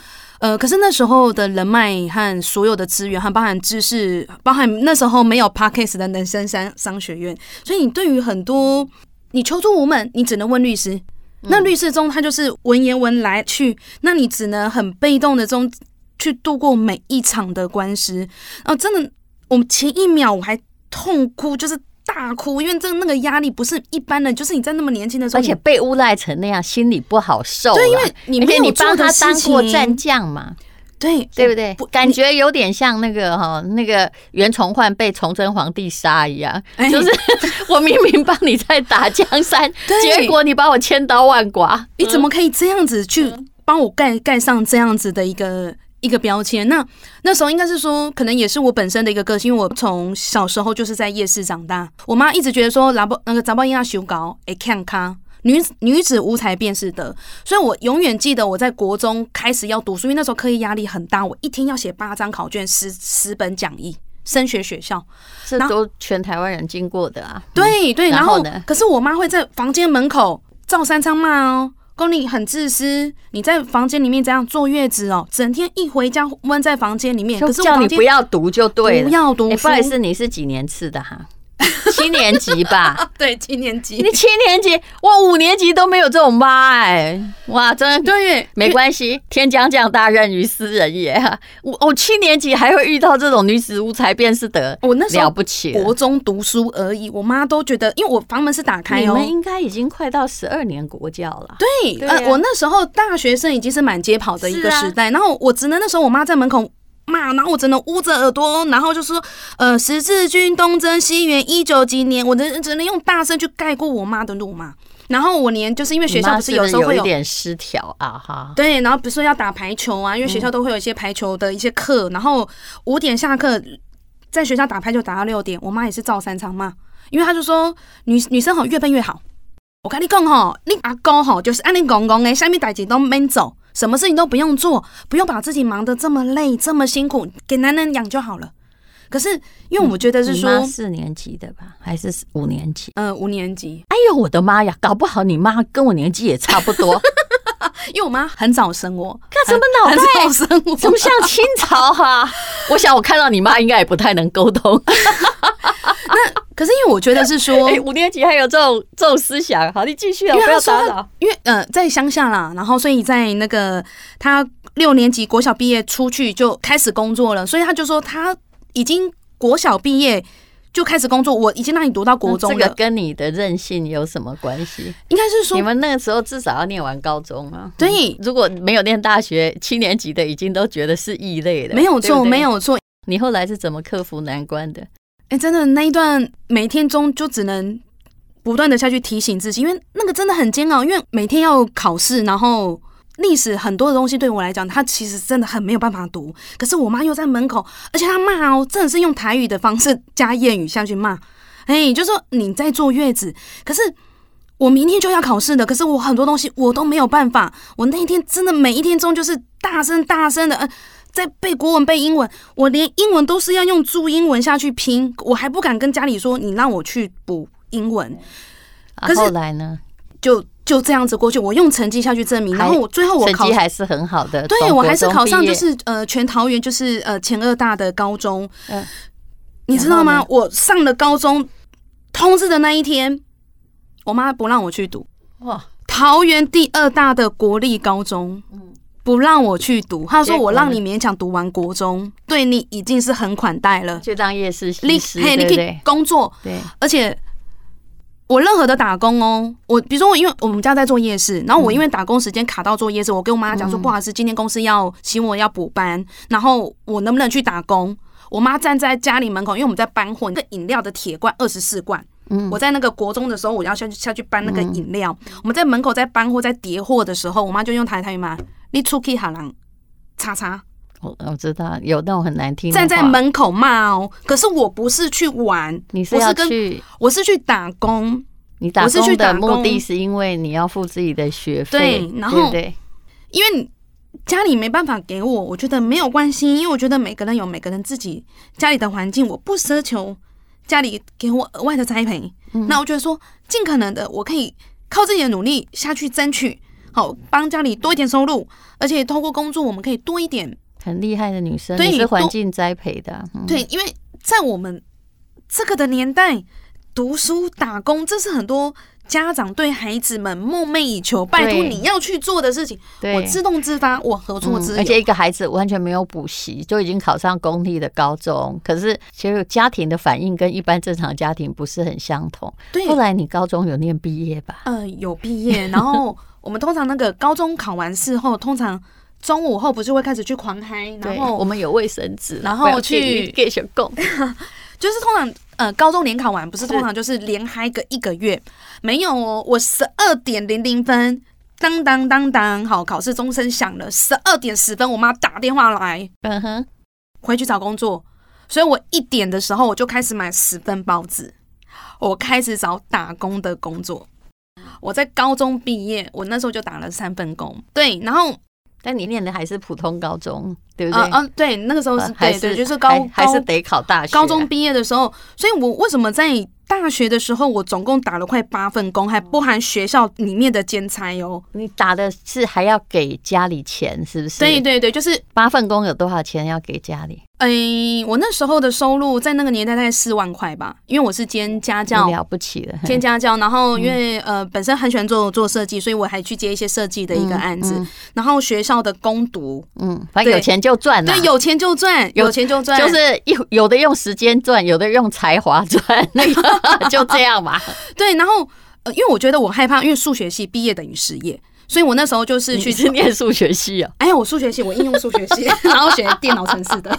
Speaker 3: 呃，可是那时候的人脉和所有的资源，还包含知识，包含那时候没有 Parkes 的人生商商学院，所以你对于很多你求助无门，你只能问律师。那律师中，他就是文言文来去，那你只能很被动的中去度过每一场的官司。哦、真的，我们前一秒我还痛哭，就是大哭，因为真的那个压力不是一般的，就是你在那么年轻的时候，
Speaker 2: 而且被诬赖成那样，心里不好受啦。
Speaker 3: 对因为你
Speaker 2: 而且
Speaker 3: 没有
Speaker 2: 你帮
Speaker 3: 做
Speaker 2: 他
Speaker 3: 的
Speaker 2: 当
Speaker 3: 事情
Speaker 2: 过战将嘛，
Speaker 3: 对
Speaker 2: 对不对
Speaker 3: 不？
Speaker 2: 感觉有点像那个哈、那个袁崇焕被崇祯皇帝杀一样，
Speaker 3: 哎
Speaker 2: 就是我明明帮你在打江山，
Speaker 3: 对
Speaker 2: 结果你把我千刀万剐。
Speaker 3: 你怎么可以这样子去
Speaker 2: 嗯
Speaker 3: 帮我盖盖上这样子的一个一个标签？那那时候应该是说，可能也是我本身的一个个性，因为我从小时候就是在夜市长大，我妈一直觉得说，杂包那个杂包应该修高，哎，看咖。女女子无才便是德，所以我永远记得我在国中开始要读书，因为那时候课业压力很大，我一天要写八张考卷、十十本讲义，升学学校。
Speaker 2: 这
Speaker 3: 然后
Speaker 2: 都全台湾人经过的啊。
Speaker 3: 对对，
Speaker 2: 然
Speaker 3: 然
Speaker 2: 后
Speaker 3: 后
Speaker 2: 呢
Speaker 3: 可是我妈会在房间门口照三餐骂哦，说你很自私，你在房间里面这样坐月子哦，整天一回家闷在房间里面，
Speaker 2: 就
Speaker 3: 可是我
Speaker 2: 叫你
Speaker 3: 房间
Speaker 2: 不要读就对了，
Speaker 3: 不要读
Speaker 2: 哎不好意
Speaker 3: 书
Speaker 2: 思，你是几年次的哈？ 七年级 吧。
Speaker 3: 啊对七年级
Speaker 2: 你，七年级，我五年级都没有这种妈哎、哇，真的
Speaker 3: 对，
Speaker 2: 没关系，天将降大任于斯人也啊！我我七年级还会遇到这种女子无才便是德，
Speaker 3: 我那时候
Speaker 2: 了不起了
Speaker 3: 国中读书而已，我妈都觉得，因为我房门是打开
Speaker 2: 你
Speaker 3: 哦
Speaker 2: 们。应该已经快到十二年国教了，对，
Speaker 3: 对，
Speaker 2: 对啊
Speaker 3: 呃，我那时候大学生已经是满街跑的一个
Speaker 2: 是啊
Speaker 3: 时代，然后我只能那时候我妈在门口骂，然后我只能捂着耳朵，然后就说，呃，十字军东征西元一九几年，我能只能用大声去盖过我妈的怒骂。然后我连就是因为学校不是有时候会
Speaker 2: 有一
Speaker 3: 有。
Speaker 2: 点失调啊哈。
Speaker 3: 对，然后比如说要打排球啊，因为学
Speaker 2: 嗯
Speaker 3: 校都会有一些排球的一些课，然后五点下课，在学校打排球打到六点，我妈也是照三场骂，因为她就说女女生吼越笨越好。我跟你讲吼，你阿公吼就是按你公公哎，下面代志都免走，什么事情都不用做，不用把自己忙得这么累这么辛苦，给男人养就好了。可是因为我觉得是
Speaker 2: 嗯你
Speaker 3: 说，
Speaker 2: 妈四年级的吧，还是五年级？
Speaker 3: 嗯、五年级，
Speaker 2: 哎呦，我的妈呀！搞不好你妈跟我年纪也差不多，
Speaker 3: 因为我妈很早生我，
Speaker 2: 看什么脑
Speaker 3: 很
Speaker 2: 袋
Speaker 3: 早生 我，
Speaker 2: 怎么像清朝哈、 我想我看到你妈应该也不太能沟通。
Speaker 3: 哦可是因为我觉得是说，
Speaker 2: 哎、五年级还有这种这种思想，好，你继续啊，
Speaker 3: 因
Speaker 2: 我
Speaker 3: 为
Speaker 2: 不
Speaker 3: 他
Speaker 2: 要
Speaker 3: 说
Speaker 2: 打
Speaker 3: 他
Speaker 2: 扰。，
Speaker 3: 因为呃，在乡下啦，然后所以在那个他六年级国小毕业出去就开始工作了，所以他就说他已经国小毕业就开始工作，我已经让你读到国中
Speaker 2: 嗯这
Speaker 3: 了，
Speaker 2: 个跟你的任性有什么关系？
Speaker 3: 应该是
Speaker 2: 你
Speaker 3: 说
Speaker 2: 们那个时候至少要念完高中啊。
Speaker 3: 对，
Speaker 2: 如果没有念大学，七年级的已经都觉得是异类了。
Speaker 3: 没有
Speaker 2: 对
Speaker 3: 错，
Speaker 2: 不对
Speaker 3: 没。有错。
Speaker 2: 你后来是怎么克服难关的？
Speaker 3: 哎，真的那一段每天中就只能不断的下去提醒自己，因为那个真的很煎熬，因为每天要考试，然后历史很多的东西对我来讲，它其实真的很没有办法读。可是我妈又在门口，而且她骂哦，真的是用台语的方式加谚语下去骂，哎，就说你在坐月子，可是。我明天就要考试的，可是我很多东西我都没有办法。我那一天真的每一天中就是大声大声的，呃，在背国文背英文，我连英文都是要用注英文下去拼，我还不敢跟家里说你让我去补英文，
Speaker 2: 啊
Speaker 3: 可、是
Speaker 2: 后来呢？
Speaker 3: 就就这样子过去。我用成绩下去证明，
Speaker 2: 还
Speaker 3: 然后我最后我
Speaker 2: 成
Speaker 3: 考
Speaker 2: 绩。还是很好的。
Speaker 3: 对，
Speaker 2: 从
Speaker 3: 我还是
Speaker 2: 国中
Speaker 3: 考上，
Speaker 2: 毕业
Speaker 3: 就是呃，全桃园就是呃前二大的高中。
Speaker 2: 嗯
Speaker 3: 你知
Speaker 2: 然
Speaker 3: 道
Speaker 2: 后
Speaker 3: 吗
Speaker 2: 呢？
Speaker 3: 我上了高中通知的那一天，我妈不让我去读
Speaker 2: 哇，
Speaker 3: 桃园第二大的国立高中，不让我去读。她说
Speaker 2: 嗯结果
Speaker 3: 我
Speaker 2: 呢
Speaker 3: 让你勉强读完国中，对你已经是很款待了。
Speaker 2: 去当夜市西
Speaker 3: 你
Speaker 2: 施，
Speaker 3: 嘿，
Speaker 2: 对
Speaker 3: 你
Speaker 2: 不
Speaker 3: 可以
Speaker 2: 对？
Speaker 3: 工作，
Speaker 2: 对，
Speaker 3: 而且我任何的打工哦，我比如说我因为我们家在做夜市，然后
Speaker 2: 嗯
Speaker 3: 我因为打工时间卡到做夜市，我跟我妈讲说、不好意思，今天公司要请我要补班，然后我能不能去打工？我妈站在家里门口，因为我们在搬货，那个饮料的铁罐二十四罐。
Speaker 2: 嗯
Speaker 3: 我在那个国中的时候，我要下去下去搬那个饮料。我们在门口在搬货、在叠货的时候，我妈就用台台语骂：“你出去好人，叉叉。”
Speaker 2: 我我知道有那种很难听的
Speaker 3: 站在
Speaker 2: 话，
Speaker 3: 门口骂哦。可是我不是去玩，
Speaker 2: 你是
Speaker 3: 我
Speaker 2: 要
Speaker 3: 跟
Speaker 2: 去
Speaker 3: 我是去打工，
Speaker 2: 你打
Speaker 3: 我是
Speaker 2: 工
Speaker 3: 去
Speaker 2: 的
Speaker 3: 打
Speaker 2: 目的
Speaker 3: 工
Speaker 2: 是因为你要付自己的学费，
Speaker 3: 对然
Speaker 2: 对不
Speaker 3: 后
Speaker 2: 对
Speaker 3: 因为你家里没办法给我，我觉得没有关系，因为我觉得每个人有每个人自己家里的环境，我不奢求家里给我额外的栽培。
Speaker 2: 嗯
Speaker 3: 那我觉得说，尽可能的，我可以靠自己的努力下去争取，好帮家里多一点收入，而且透过工作我们可以多一点
Speaker 2: 很厉害的女生，
Speaker 3: 对
Speaker 2: 你是环
Speaker 3: 都
Speaker 2: 境栽培的啊，嗯
Speaker 3: 对，因为在我们这个的年代，读书打工这是很多家长对孩子们梦寐以求，拜托
Speaker 2: 对
Speaker 3: 你要去做的事情，
Speaker 2: 对
Speaker 3: 我自动自发，我何
Speaker 2: 嗯
Speaker 3: 错之有？
Speaker 2: 而且一个孩子完全没有补习，就已经考上公立的高中，可是其实家庭的反应跟一般正常家庭不是很相同。
Speaker 3: 对，
Speaker 2: 后来你高中有念毕业吧？
Speaker 3: 呃，有 毕业，然后我们通常那个高中考完试后，通常中午后不是会开始去狂嗨，然后
Speaker 2: 我们有卫生 纸，
Speaker 3: 然后去
Speaker 2: 给学供。
Speaker 3: 就是通常呃高中联考完不是通常就是连嗨个一个月，没有哦，我十二点零零分。当当当当，好，考试钟声响了，十二点十分，我妈打电话来，
Speaker 2: 嗯哼，
Speaker 3: 回去找工作，所以我一点的时候我就开始买十份包子，我开始找打工的工作。我在高中毕业，我那时候就打了三份工，对，然后
Speaker 2: 但你念的还是普通高中，对不
Speaker 3: 呃
Speaker 2: 对？
Speaker 3: 呃，对，那个时候是
Speaker 2: 呃还
Speaker 3: 对对，就是高
Speaker 2: 还还是
Speaker 3: 高
Speaker 2: 得考大学啊。
Speaker 3: 高中毕业的时候，所以我为什么在大学的时候，我总共打了快八份工，还不含学校里面的兼差哦。
Speaker 2: 你打的是还要给家里钱，是不是？
Speaker 3: 对对对，就是
Speaker 2: 八份工有多少钱要给家里？
Speaker 3: 哎、我那时候的收入在那个年代大概四万块吧，因为我是兼家教
Speaker 2: 你。了不起 了，
Speaker 3: 兼家教，然后因为、呃本身很喜欢做做设计，所以我还去接一些设计的一个案子。然后学校的攻读，
Speaker 2: 嗯，反正有
Speaker 3: 对
Speaker 2: 钱就赚啦。
Speaker 3: 对，有钱就赚，
Speaker 2: 有
Speaker 3: 有钱就赚，
Speaker 2: 就是有有的用时间赚，有的用才华赚，那 个就这样吧。
Speaker 3: 对。然后呃，因为我觉得我害怕，因为数学系毕业等于失业，所以我那时候就是去
Speaker 2: 你是念数学系啊？
Speaker 3: 哎，我数学系，我应用数学 系，然后学电脑程式 的。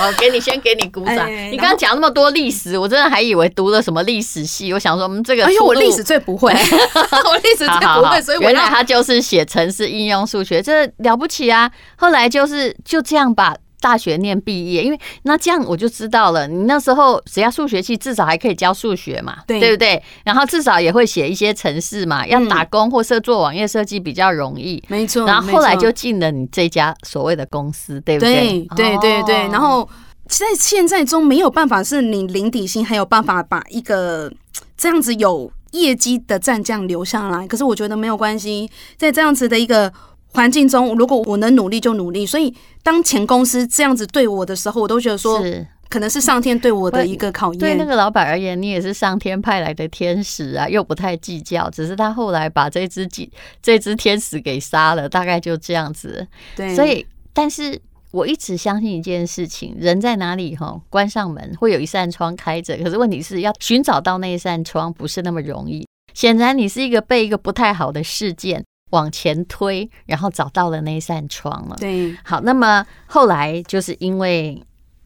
Speaker 2: 我哦给你先给你鼓掌。
Speaker 3: 哎
Speaker 2: 你刚刚讲那么多历史，我真的还以为读了什么历史系，我想说，嗯，这个
Speaker 3: 哎呦，
Speaker 2: 出
Speaker 3: 我
Speaker 2: 路
Speaker 3: 历史最不会， 我历 史
Speaker 2: 好
Speaker 3: 最
Speaker 2: 好
Speaker 3: 不
Speaker 2: 好
Speaker 3: 会，所以，我
Speaker 2: 原来
Speaker 3: 要
Speaker 2: 他就是写城市应用数学，这了不起啊！后来就是就这样把大学念毕业，因为那这样我就知道了，你那时候只要数学系至少还可以教数学嘛，
Speaker 3: 对嗯
Speaker 2: 不对？然后至少也会写一些程式嘛，要打工或是做网页设计比较容易。
Speaker 3: 没错
Speaker 2: 然后后来
Speaker 3: 嗯没错
Speaker 2: 就进了你这家所谓的公司，对不
Speaker 3: 对对对对，
Speaker 2: 哦
Speaker 3: 然后在现在中没有办法是你零底薪，还有办法把一个这样子有业绩的战将留下来。可是我觉得没有关系，在这样子的一个。环境中，如果我能努力就努力，所以当前公司这样子对我的时候，我都觉得说，
Speaker 2: 是
Speaker 3: 可能是上天对我的一个考验。
Speaker 2: 对那个老板而言，你也是上天派来的天使啊，又不太计较。只是他后来把这只计这只天使给杀了，大概就这样子。
Speaker 3: 对，
Speaker 2: 所以，但是我一直相信一件事情：人在哪里哈，关上门会有一扇窗开着，可是问题是要寻找到那一扇窗不是那么容易。显然，你是一个被一个不太好的事件往前推，然后找到了那一扇窗了。
Speaker 3: 对，
Speaker 2: 好，那么后来就是因为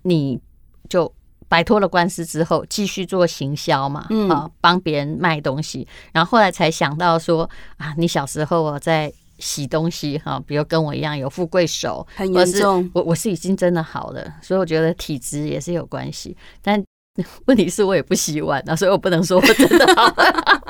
Speaker 2: 你就摆脱了官司之后，继续做行销嘛，
Speaker 3: 嗯
Speaker 2: 啊，帮别人卖东西，然后后来才想到说啊，你小时候我在洗东西哈、比如跟我一样有富贵手，
Speaker 3: 很
Speaker 2: 或
Speaker 3: 严
Speaker 2: 是
Speaker 3: 重。
Speaker 2: 我我是已经真的好了，所以我觉得体质也是有关系，但 问题是我也不洗碗啊，所以我不能说我真的好了。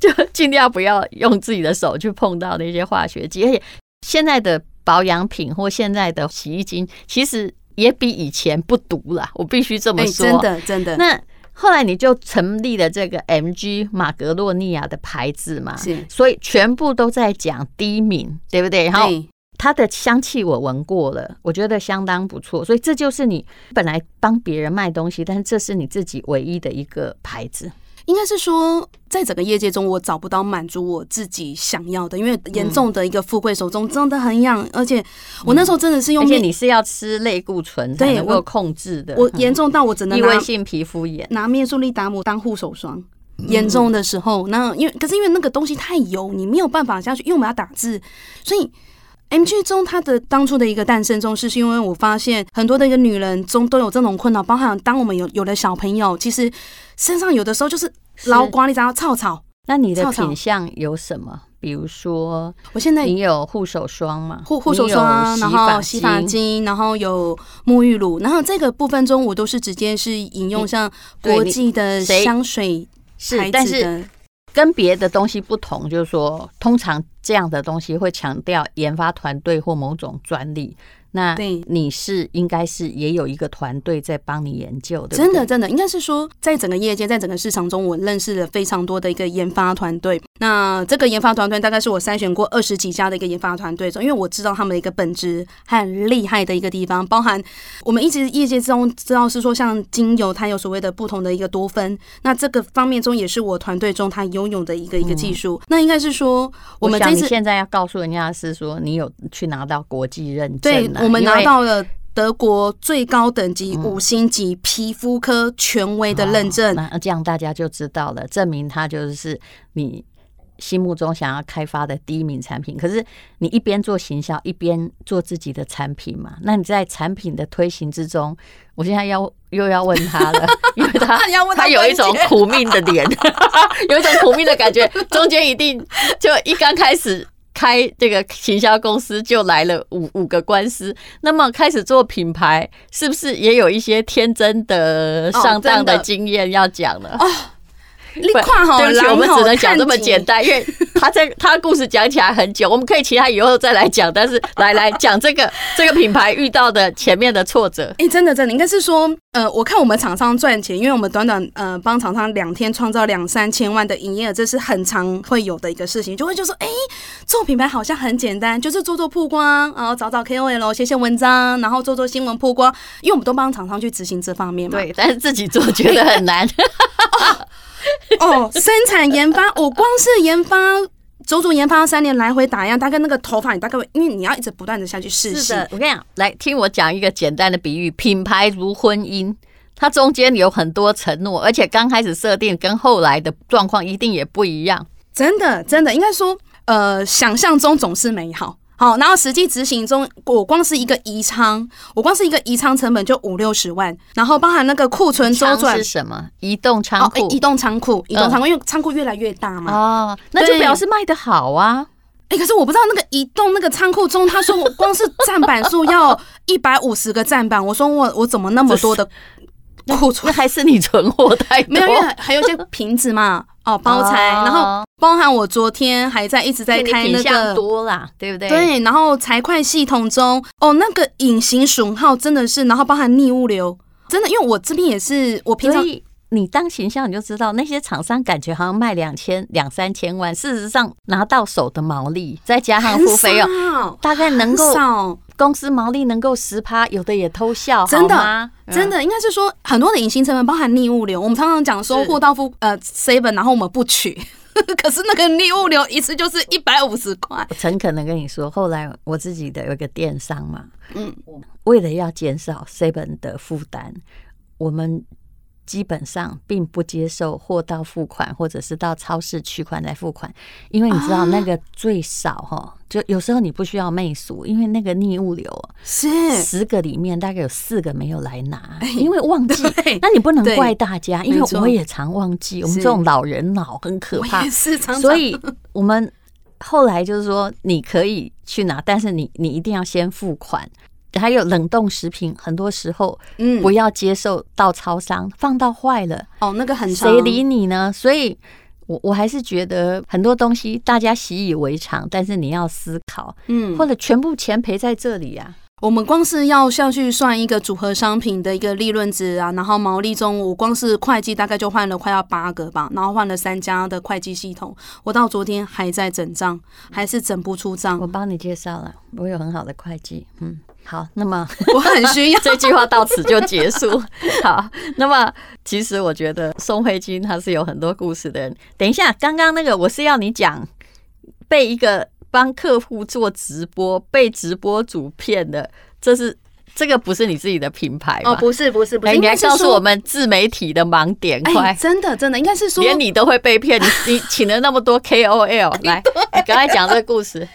Speaker 2: 就尽量不要用自己的手去碰到那些化学剂，而且现在的保养品或现在的洗衣精，其实也比以前不毒啦，我必须这么
Speaker 3: 哎、
Speaker 2: 说。
Speaker 3: 真的真的，
Speaker 2: 那后来你就成立了这个 MG 马格洛尼亚的牌子嘛，
Speaker 3: 是
Speaker 2: 所以全部都在讲低敏，对不对？然后
Speaker 3: 对
Speaker 2: 它的香气我闻过了，我觉得相当不错，所以这就是你本来帮别人卖东西，但是这是你自己唯一的一个牌子。
Speaker 3: 应该是说，在整个业界中，我找不到满足我自己想要的，因为
Speaker 2: 嗯
Speaker 3: 严重的一个富贵手中真的很痒，而且我那时候真的是
Speaker 2: 而
Speaker 3: 用
Speaker 2: 且
Speaker 3: 面，
Speaker 2: 你是要吃类固醇才
Speaker 3: 对
Speaker 2: 能够
Speaker 3: 我
Speaker 2: 控制的，
Speaker 3: 我
Speaker 2: 嗯
Speaker 3: 严重到我只能
Speaker 2: 异
Speaker 3: 拿
Speaker 2: 位性皮肤炎。
Speaker 3: 拿面速力达姆当护手霜。
Speaker 2: 嗯
Speaker 3: 严重的时候，那因为可是因为那个东西太油，你没有办法下去，因为我们要打字，所以 M G 中它的当初的一个诞生中是，是因为我发现很多的一个女人中都有这种困扰，包含当我们有有了小朋友，其实身上有的时候就是
Speaker 2: 是
Speaker 3: 老瓜，你知道草草。
Speaker 2: 那你的
Speaker 3: 臭草
Speaker 2: 品相有什么？比如说，
Speaker 3: 我现在
Speaker 2: 你有护手霜吗？
Speaker 3: 护护手
Speaker 2: 你有
Speaker 3: 霜，啊然后洗
Speaker 2: 洗
Speaker 3: 发
Speaker 2: 发
Speaker 3: 精，然后有沐浴乳，然后这个部分中我都是直接是引用像
Speaker 2: 对
Speaker 3: 国
Speaker 2: 你
Speaker 3: 际的
Speaker 2: 谁
Speaker 3: 香水
Speaker 2: 是，
Speaker 3: 牌
Speaker 2: 但
Speaker 3: 子
Speaker 2: 是
Speaker 3: 的，
Speaker 2: 跟别的东西不同，就是说，通常这样的东西会强调研发团队或某种专利。那
Speaker 3: 对
Speaker 2: 你是应该是也有一个团队在帮你研究的，
Speaker 3: 真的，真的，应该是说，在整个业界，在整个市场中，我认识了非常多的一个研发团队。那这个研发团队大概是我筛选过二十几家的一个研发团队中，因为我知道他们的一个本质和厉害的一个地方，包含我们一直业界中知道是说，像精油它有所谓的不同的一个多酚，那这个方面中也是我团队中它拥有的一个一个技术。那应该是说，我
Speaker 2: 嗯我
Speaker 3: 们
Speaker 2: 想
Speaker 3: 这
Speaker 2: 你
Speaker 3: 次
Speaker 2: 现在要告诉人家的是说你有去拿到国际认证、
Speaker 3: 对
Speaker 2: 啊，
Speaker 3: 我们
Speaker 2: 因
Speaker 3: 拿
Speaker 2: 为嗯
Speaker 3: 到了。德国最高等级五星级皮肤科权威的认证，
Speaker 2: 那这样大家就知道了，证明它就是你心目中想要开发的第一名产品。可是你一边做行销，一边做自己的产品嘛？那你在产品的推行之中，我现在要又要问他了，因为他
Speaker 3: 要问他
Speaker 2: 有一
Speaker 3: 关
Speaker 2: 种
Speaker 3: 键
Speaker 2: 苦命的脸， 有一种苦命的感觉，中间一定就一刚开始。开这个行销公司就来了五五个官司，那么开始做品牌，是不是也有一些天真的
Speaker 3: 哦
Speaker 2: 上当的
Speaker 3: 真的哦
Speaker 2: 经验要讲了？
Speaker 3: 你
Speaker 2: 不
Speaker 3: 跨好
Speaker 2: 对不起，
Speaker 3: 了，
Speaker 2: 我们只能讲
Speaker 3: 看
Speaker 2: 这么
Speaker 3: 景
Speaker 2: 简。单，因为他在他的故事讲起来很久，我们可以其他以后再来讲。但是来来讲这个这个品牌遇到的前面的挫折，
Speaker 3: 哎、真的真的，应该是说，呃，我看我们厂商赚钱，因为我们短短呃帮厂商两天创造两三千万的营业额，这是很常会有的一个事情，就会就说，哎、做品牌好像很简单，就是做做曝光，然后找找 KOL 写写文章，然后做做新闻曝光，因为我们都帮厂商去执行这方面嘛。
Speaker 2: 对，但是自己做觉得很难。
Speaker 3: 哦，生产研发，我光是研发。足足研发三年，来回打样，大概那个头发，你大概会，因为你要一直不断的下去试
Speaker 2: 是
Speaker 3: 戏，
Speaker 2: 的，我跟你讲，来听我讲一个简单的比喻：品牌如婚姻，它中间有很多承诺，而且刚开始设定跟后来的状况一定也不一样。
Speaker 3: 真的，真的，应该说，呃，想象中总是美好。好，然后实际执行中，我光是一个移仓，我光是一个移仓成本就五六十万，然后包含那个库存周
Speaker 2: 仓
Speaker 3: 转
Speaker 2: 是，什么？移动仓
Speaker 3: 哦，哎
Speaker 2: 库嗯
Speaker 3: 移动仓库，移动仓库，因为仓库越来越大嘛。
Speaker 2: 哦，那就
Speaker 3: 对
Speaker 2: 表示卖的好啊。
Speaker 3: 哎、可是我不知道那个移动那个仓库中，他说我光是站板数要一百五十个站板，我说我我怎么那么多的库存
Speaker 2: 那？还是 你存货太多，
Speaker 3: 没有，因为还有一些瓶子嘛，哦，包材，
Speaker 2: 哦
Speaker 3: 然后包含我昨天还在一直在
Speaker 2: 你
Speaker 3: 开那
Speaker 2: 品
Speaker 3: 个
Speaker 2: 相多啦，对不对？，
Speaker 3: 对，然后财会系统中，哦，那个隐形损耗真的是，然后包含逆物流，真的，因为我这边也是，我平
Speaker 2: 所
Speaker 3: 常
Speaker 2: 以你当形象你就知道，那些厂商感觉好像卖两千两三千万，事实上拿到手的毛利，再加上
Speaker 3: 很
Speaker 2: 付费用，
Speaker 3: 少，
Speaker 2: 大概能
Speaker 3: 很
Speaker 2: 够
Speaker 3: 少，
Speaker 2: 公司毛利能够十趴，有的也偷笑，
Speaker 3: 真的
Speaker 2: 好吗
Speaker 3: 真。
Speaker 2: 嗯
Speaker 3: 的应该是说很多的隐形成本包含逆物流，我们常常讲说
Speaker 2: 是
Speaker 3: 货到付呃 seven，然后我们不取， 可是那个逆物流一次就是一百五十块，
Speaker 2: 我诚恳的跟你说，后来我自己的有一个电商嘛，
Speaker 3: 嗯，
Speaker 2: 为了要减少 seven 的负担，我们基本上并不接受货到付款，或者是到超市取款来付款，因为你知
Speaker 3: 啊
Speaker 2: 道那个最少哈，就有时候你不需要媚俗，因为那个逆物流哦
Speaker 3: 是
Speaker 2: 十个里面大概有四个没有来拿，因为忘记
Speaker 3: 哎对。
Speaker 2: 那你不能
Speaker 3: 对
Speaker 2: 怪大家，因
Speaker 3: 没
Speaker 2: 为
Speaker 3: 错
Speaker 2: 我也常忘记，我们
Speaker 3: 是
Speaker 2: 这种老人脑很可
Speaker 3: 我
Speaker 2: 怕
Speaker 3: 也，是常常，
Speaker 2: 所以我们后来就是说，你可以去拿，但是你你一定要先付款。还有冷冻食品，很多时候
Speaker 3: 嗯
Speaker 2: 不要接受到超商、放到坏了，
Speaker 3: 哦那个很常
Speaker 2: 谁理你呢？所以我我还是觉得很多东西大家习以为常，但是你要思考，
Speaker 3: 嗯
Speaker 2: 或者全部钱赔在这里啊。
Speaker 3: 我们光是要下去算一个组合商品的一个利润值啊，然后毛利中，我光是会计大概就换了快要八个吧，然后换了三家的会计系统，我到昨天还在整账，还是整不出账
Speaker 2: 我，帮你介绍了，我有很好的会计，嗯，好，那么。。
Speaker 3: 我很需 要
Speaker 2: 这句话到此就结束。 好，那么其实我觉得宋慧君她是有很多故事的人。等一下，刚刚那个我是要你讲被一个帮客户做直播被直播主骗的，这是这个不是你自己的品牌吗？
Speaker 3: 是哦不是
Speaker 2: 哎，你还告诉我
Speaker 3: 们，
Speaker 2: 们自媒体的盲点，快！
Speaker 3: 哎，真的真的，应该是说，
Speaker 2: 连你都会被骗，你你请了那么多 KOL 来，你刚才讲这个故事，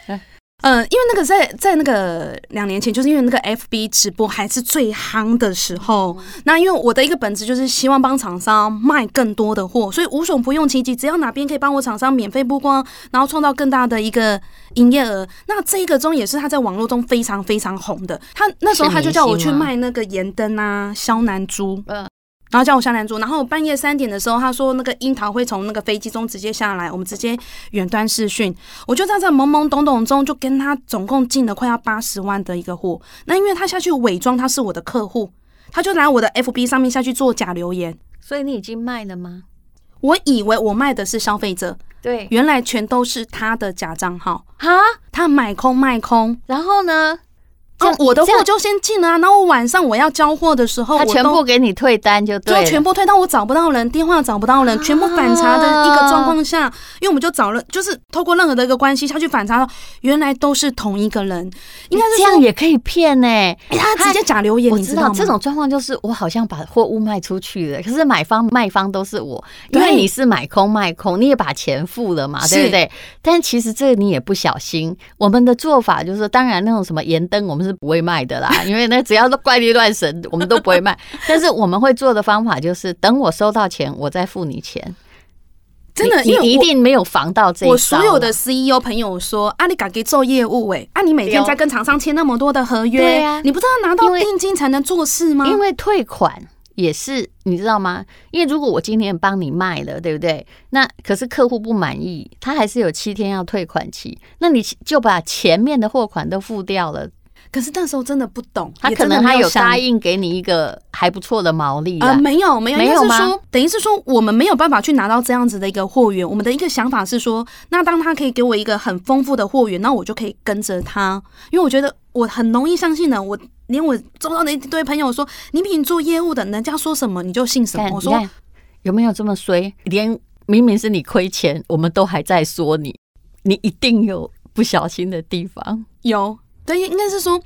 Speaker 3: 嗯，因为那个在在那个两年前，就是因为那个 FB 直播还是最夯的时候，那因为我的一个本质就是希望帮厂商卖更多的货，所以无所不用其极，只要哪边可以帮我厂商免费曝光，然后创造更大的一个营业额，那这个中也是他在网络中非常非常红的。他那时候他就叫我去
Speaker 2: 是明星吗
Speaker 3: 卖那个盐灯啊、萧南珠，
Speaker 2: 嗯
Speaker 3: 然后叫我下来住。然后半夜三点的时候，他说那个樱桃会从那个飞机中直接下来，我们直接远端视讯。我就在这懵懵懂懂中，就跟他总共进了快要八十万的一个货。那因为他下去伪装他是我的客户，他就来我的 FB 上面下去做假留言。
Speaker 2: 所以你已经卖了吗？
Speaker 3: 我以为我卖的是消费者，
Speaker 2: 对
Speaker 3: 原来全都是他的假账号，
Speaker 2: 哈，
Speaker 3: 他买空卖空。
Speaker 2: 然后呢？这
Speaker 3: 哦
Speaker 2: 样，
Speaker 3: 我的
Speaker 2: 这样
Speaker 3: 货就先进了啊，然后晚上我要交货的时候，
Speaker 2: 他
Speaker 3: 我
Speaker 2: 全
Speaker 3: 都
Speaker 2: 部给你退单就对
Speaker 3: 就
Speaker 2: 了，
Speaker 3: 全部退到我找不到人，电话找不到人，全部反查的一个状况下，因为我们就找了，就是透过任何的一个关系，他去反查到原来都是同一个人，应该是
Speaker 2: 这
Speaker 3: 说
Speaker 2: 样也可以骗呢、
Speaker 3: 哎他直接假留言，
Speaker 2: 我
Speaker 3: 你
Speaker 2: 知
Speaker 3: 道
Speaker 2: 道
Speaker 3: 吗？
Speaker 2: 这种状况就是，我好像把货物卖出去了，可是买方卖方都是我，因
Speaker 3: 对
Speaker 2: 为你是买空卖空，你也把钱付了嘛，
Speaker 3: 是
Speaker 2: 对不对？但其实这你也不小心。我们的做法就是，当然那种什么盐灯我们是不会卖的啦，因为那只要都怪力乱神，我们都不会卖。但是我们会做的方法就是，等我收到钱，我再付你钱。
Speaker 3: 真的，
Speaker 2: 你
Speaker 3: 因为
Speaker 2: 你一
Speaker 3: 我
Speaker 2: 定没有防到这一招啊。
Speaker 3: 我所有的 CEO 朋友说，啊，你敢给做业务哎、啊，你每
Speaker 2: 对
Speaker 3: 天
Speaker 2: 哦
Speaker 3: 在跟厂商签那么多的合约，
Speaker 2: 对啊
Speaker 3: 你不知道拿到
Speaker 2: 因为
Speaker 3: 定金才能做事吗？
Speaker 2: 因为退款也是你知道吗？因为如果我今天帮你卖了，对不对？那可是客户不满意，他还是有七天要退款期，那你就把前面的货款都付掉了，
Speaker 3: 可是那时候真的不懂，
Speaker 2: 他
Speaker 3: 也
Speaker 2: 可
Speaker 3: 真的
Speaker 2: 能
Speaker 3: 没
Speaker 2: 他有
Speaker 3: 想
Speaker 2: 答应给你一个还不错的毛利
Speaker 3: 呃，
Speaker 2: 啊。
Speaker 3: 没有，没有，
Speaker 2: 没
Speaker 3: 应该
Speaker 2: 有
Speaker 3: 是
Speaker 2: 吗
Speaker 3: 说，等于是说，我们没有办法去拿到这样子的一个货源。我们的一个想法是说，那当他可以给我一个很丰富的货源，那我就可以跟着他，因为我觉得我很容易相信人。我连我周遭的一堆朋友说，你比你做业务的，人家说什么你就信什么。
Speaker 2: 看，
Speaker 3: 我
Speaker 2: 你
Speaker 3: 说
Speaker 2: 看有没有这么衰？连明明是你亏钱，我们都还在说你，你一定有不小心的地方。
Speaker 3: 有，对，应该是说，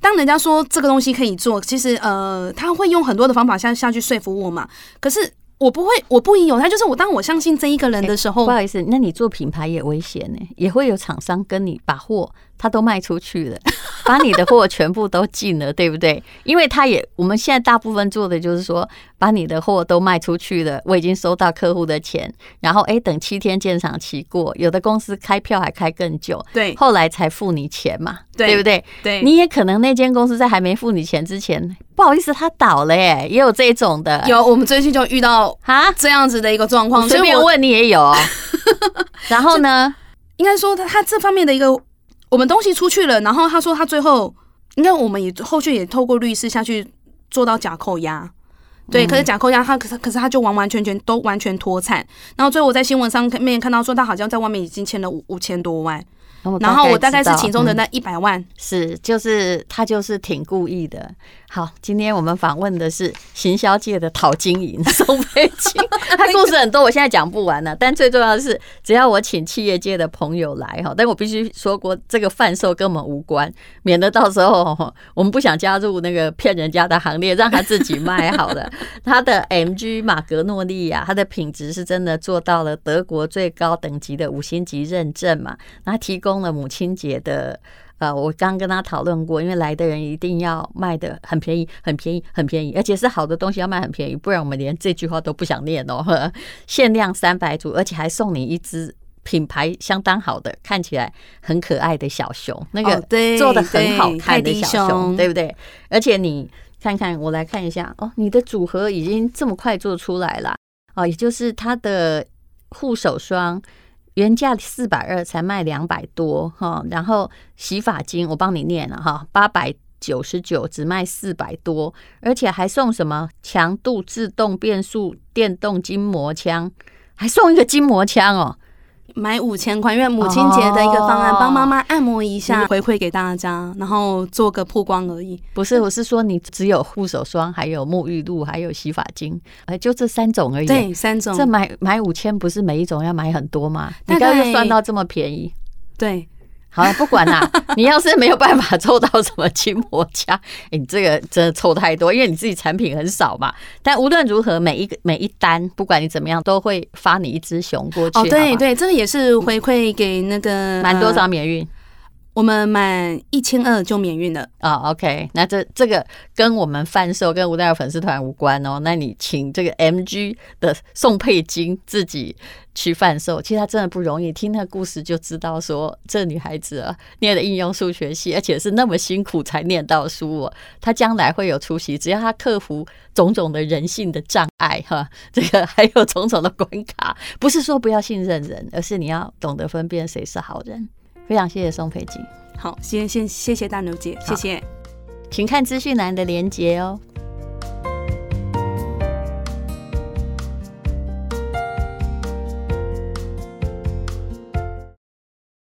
Speaker 3: 当人家说这个东西可以做，其实呃，他会用很多的方法下下去说服我嘛。可是我不会，我不疑有他，就是我当我相信这一个人的时候
Speaker 2: 哎不，好意思，那你做品牌也危险呢、也会有厂商跟你把货他都卖出去了， 把你的货全部都进了，对不对？因为他也，我们现在大部分做的就是说，把你的货都卖出去了，我已经收到客户的钱，然后诶，等七天鉴赏期过，有的公司开票还开更久，
Speaker 3: 对
Speaker 2: 后来才付你钱嘛，
Speaker 3: 对
Speaker 2: 不对？
Speaker 3: 对
Speaker 2: 你也可能那间公司在还没付你钱之前，不好意思，他倒了耶、也有这种的，
Speaker 3: 有我们最近就遇到
Speaker 2: 啊，
Speaker 3: 这样子的一个状
Speaker 2: 我
Speaker 3: 况，所
Speaker 2: 随
Speaker 3: 以
Speaker 2: 便
Speaker 3: 我
Speaker 2: 问你也有、 哦，然后呢？
Speaker 3: 应该说他他这方面的一个，我们东西出去了，然后他说他最后，应该我们也后续也透过律师下去做到假扣押。对，
Speaker 2: 嗯
Speaker 3: 可是假扣押他，可是可是他就完完全全都完全脱产，然后最后我在新闻上面看到说他好像在外面已经欠了五五千多万，然后我大概
Speaker 2: 知
Speaker 3: 是
Speaker 2: 道
Speaker 3: 其中的
Speaker 2: 嗯
Speaker 3: 那一百万，
Speaker 2: 是，就是他就是挺故意的。好，今天我们访问的是行销界的陶晶莹宋飞晶，他故事很多，我现在讲不完了。但最重要的是，只要我请企业界的朋友来哈，但我必须说过，这个贩售跟我们无关，免得到时候哦我们不想加入那个骗人家的行列，让他自己卖好了。他的 MG 马格诺利亚，它的品质是真的做到了德国最高等级的五星级认证嘛？那它提供了母亲节的。呃，我刚跟他讨论过，因为来的人一定要卖的很便宜，很便宜，很便宜，而且是好的东西要卖很便宜，不然我们连这句话都不想念哦。 呵限量三百组，而且还送你一只品牌相当好的，看起来很可爱的小熊，那个
Speaker 3: 哦对
Speaker 2: 做的很好
Speaker 3: 对
Speaker 2: 看的
Speaker 3: 泰迪
Speaker 2: 小熊，
Speaker 3: 熊
Speaker 2: 对不对？而且你看看，我来看一下哦，你的组合已经这么快做出来了哦，也就是它的护手霜。原价四百二才卖两百多哈，然后洗发精我帮你念了哈，八百九十九只卖四百多，而且还送什么强度自动变速电动筋膜枪，还送一个筋膜枪哦，
Speaker 3: 买五千块，因为母亲节的一个方案，
Speaker 2: 哦
Speaker 3: 帮妈妈按摩一下，回馈给大家，然后做个曝光而已。
Speaker 2: 不是，我是说你只有护手霜，还有沐浴露，还有洗发精，哎，就这三种而已。啊
Speaker 3: 对，三种
Speaker 2: 这买买五千不是每一种要买很多吗？你
Speaker 3: 大概
Speaker 2: 刚刚算到这么便宜，
Speaker 3: 对，
Speaker 2: 好了，不管 啦。你要是没有办法凑到什么筋膜枪， 哎、你这个真的凑太多，因为你自己产品很少嘛。但无论如何，每一个每一单，不管你怎么样，都会发你一只熊过去。
Speaker 3: 哦，
Speaker 2: 好
Speaker 3: 对
Speaker 2: 吧，
Speaker 3: 对，这个也是回馈给那个
Speaker 2: 满多
Speaker 3: 呃
Speaker 2: 少免运？
Speaker 3: 我们满一千二就免运了。
Speaker 2: 啊、o k 那这这个跟我们贩售跟吴代尔粉丝团无关哦。那你请这个 MG 的宋佩金自己去贩售，其实她真的不容易。听那个故事就知道说，这女孩子啊，念的应用数学系，而且是那么辛苦才念到书哦。她将来会有出息，只要她克服种种的人性的障碍哈，这个还有种种的关卡，不是说不要信任人，而是你要懂得分辨谁是好人。非常谢谢宋佩金。
Speaker 3: 好，先先谢谢大牛姐，谢谢。
Speaker 2: 请看资讯栏的连接哦。